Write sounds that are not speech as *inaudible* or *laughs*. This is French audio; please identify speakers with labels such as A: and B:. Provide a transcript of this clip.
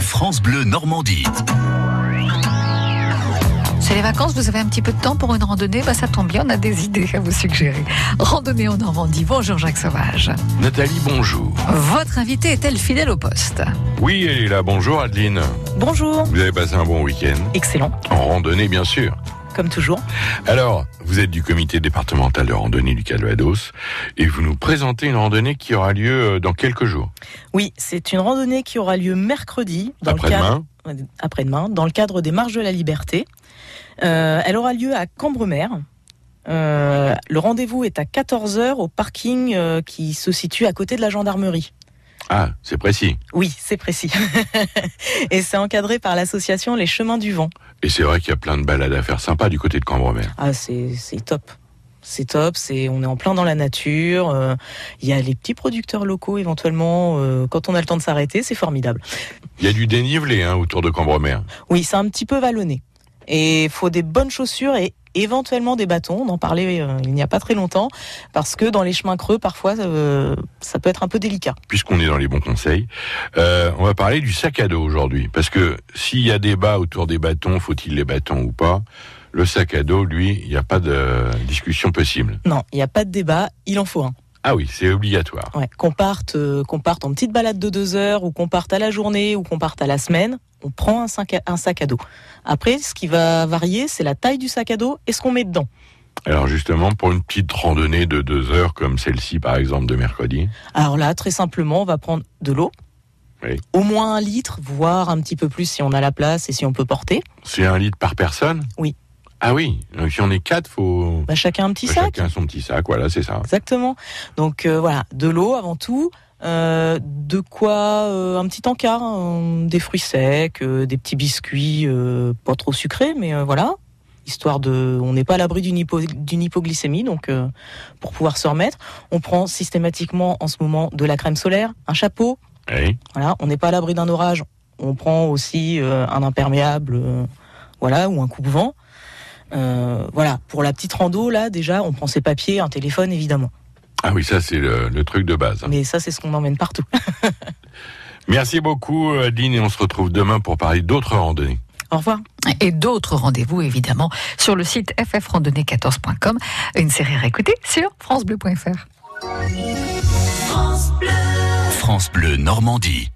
A: France Bleu Normandie.
B: C'est les vacances, vous avez un petit peu de temps pour une randonnée, bah ça tombe bien, on a des idées à vous suggérer. Randonnée en Normandie, bonjour Jacques Sauvage.
C: Nathalie, bonjour.
B: Votre invitée est-elle fidèle au poste
C: Oui, elle est là. Bonjour Adeline.
D: Bonjour.
C: Vous avez passé un bon week-end
D: Excellent,
C: En randonnée, bien sûr.
D: comme toujours.
C: Alors, vous êtes du comité départemental de randonnée du Calvados et vous nous présentez une randonnée qui aura lieu euh, dans quelques jours.
D: Oui, c'est une randonnée qui aura lieu mercredi, dans le cadre,
C: Après-demain,
D: euh, après-demain, dans le cadre des Marches de la Liberté. Euh, elle aura lieu à Cambremer. Euh, le rendez-vous est à 14h au parking euh, qui se situe à côté de la gendarmerie.
C: ah, c'est précis.
D: Oui, c'est précis. *laughs* Et c'est encadré par l'association Les Chemins du Vent.
C: Et c'est vrai qu'il y a plein de balades à faire sympas du côté de Cambremer.
D: Ah, c'est c'est top. C'est top, c'est on est en plein dans la nature. euh, Il y a les petits producteurs locaux éventuellement. euh, quand on a le temps de s'arrêter, c'est formidable.
C: Il y a du dénivelé hein, autour de Cambremer.
D: Oui, c'est un petit peu vallonné. Et il faut des bonnes chaussures et éventuellement des bâtons. On en parlait euh, il n'y a pas très longtemps, parce que dans les chemins creux, parfois, euh, ça peut être un peu délicat.
C: puisqu'on est dans les bons conseils, euh, on va parler du sac à dos aujourd'hui. Parce que s'il y a débat autour des bâtons, faut-il les bâtons ou pas Le sac à dos, lui, il n'y a pas de discussion possible.
D: Non, il n'y a pas de débat, il en faut un.
C: Ah oui, c'est obligatoire.
D: Ouais, qu'on parte, euh, qu'on parte en petite balade de deux heures, ou qu'on parte à la journée, ou qu'on parte à la semaine, on prend un sac à, un sac à dos. Après, ce qui va varier, c'est la taille du sac à dos et ce qu'on met dedans.
C: Alors justement, pour une petite randonnée de deux heures comme celle-ci, par exemple, de mercredi,
D: Alors là, très simplement, on va prendre de l'eau.
C: Oui.
D: Au moins un litre, voire un petit peu plus si on a la place et si on peut porter.
C: c'est un litre par personne
D: Oui.
C: Ah oui, donc si on est quatre, faut...
D: Bah, chacun un petit
C: Bah,
D: sac.
C: Chacun son petit sac, voilà, c'est ça.
D: Exactement. Donc euh, voilà, de l'eau avant tout, euh, de quoi euh, un petit encart, hein, des fruits secs, euh, des petits biscuits, euh, pas trop sucrés, mais euh, voilà, histoire de, on n'est pas à l'abri d'une hypo- d'une hypoglycémie, donc euh, pour pouvoir se remettre, on prend systématiquement en ce moment de la crème solaire, un chapeau,
C: Eh Oui.
D: voilà, on n'est pas à l'abri d'un orage. On prend aussi euh, un imperméable, euh, voilà, ou un coupe-vent. Euh, voilà, pour la petite rando, là, déjà, on prend ses papiers, un téléphone, évidemment.
C: Ah oui, ça c'est le, le truc de base.
D: Mais ça, c'est ce qu'on emmène partout. *laughs*
C: Merci beaucoup Adeline et on se retrouve demain pour parler d'autres randonnées.
D: Au revoir.
B: Et d'autres rendez-vous évidemment sur le site ffrandonnée14.com, une série à réécouter sur francebleu.fr.
A: France Bleu Normandie.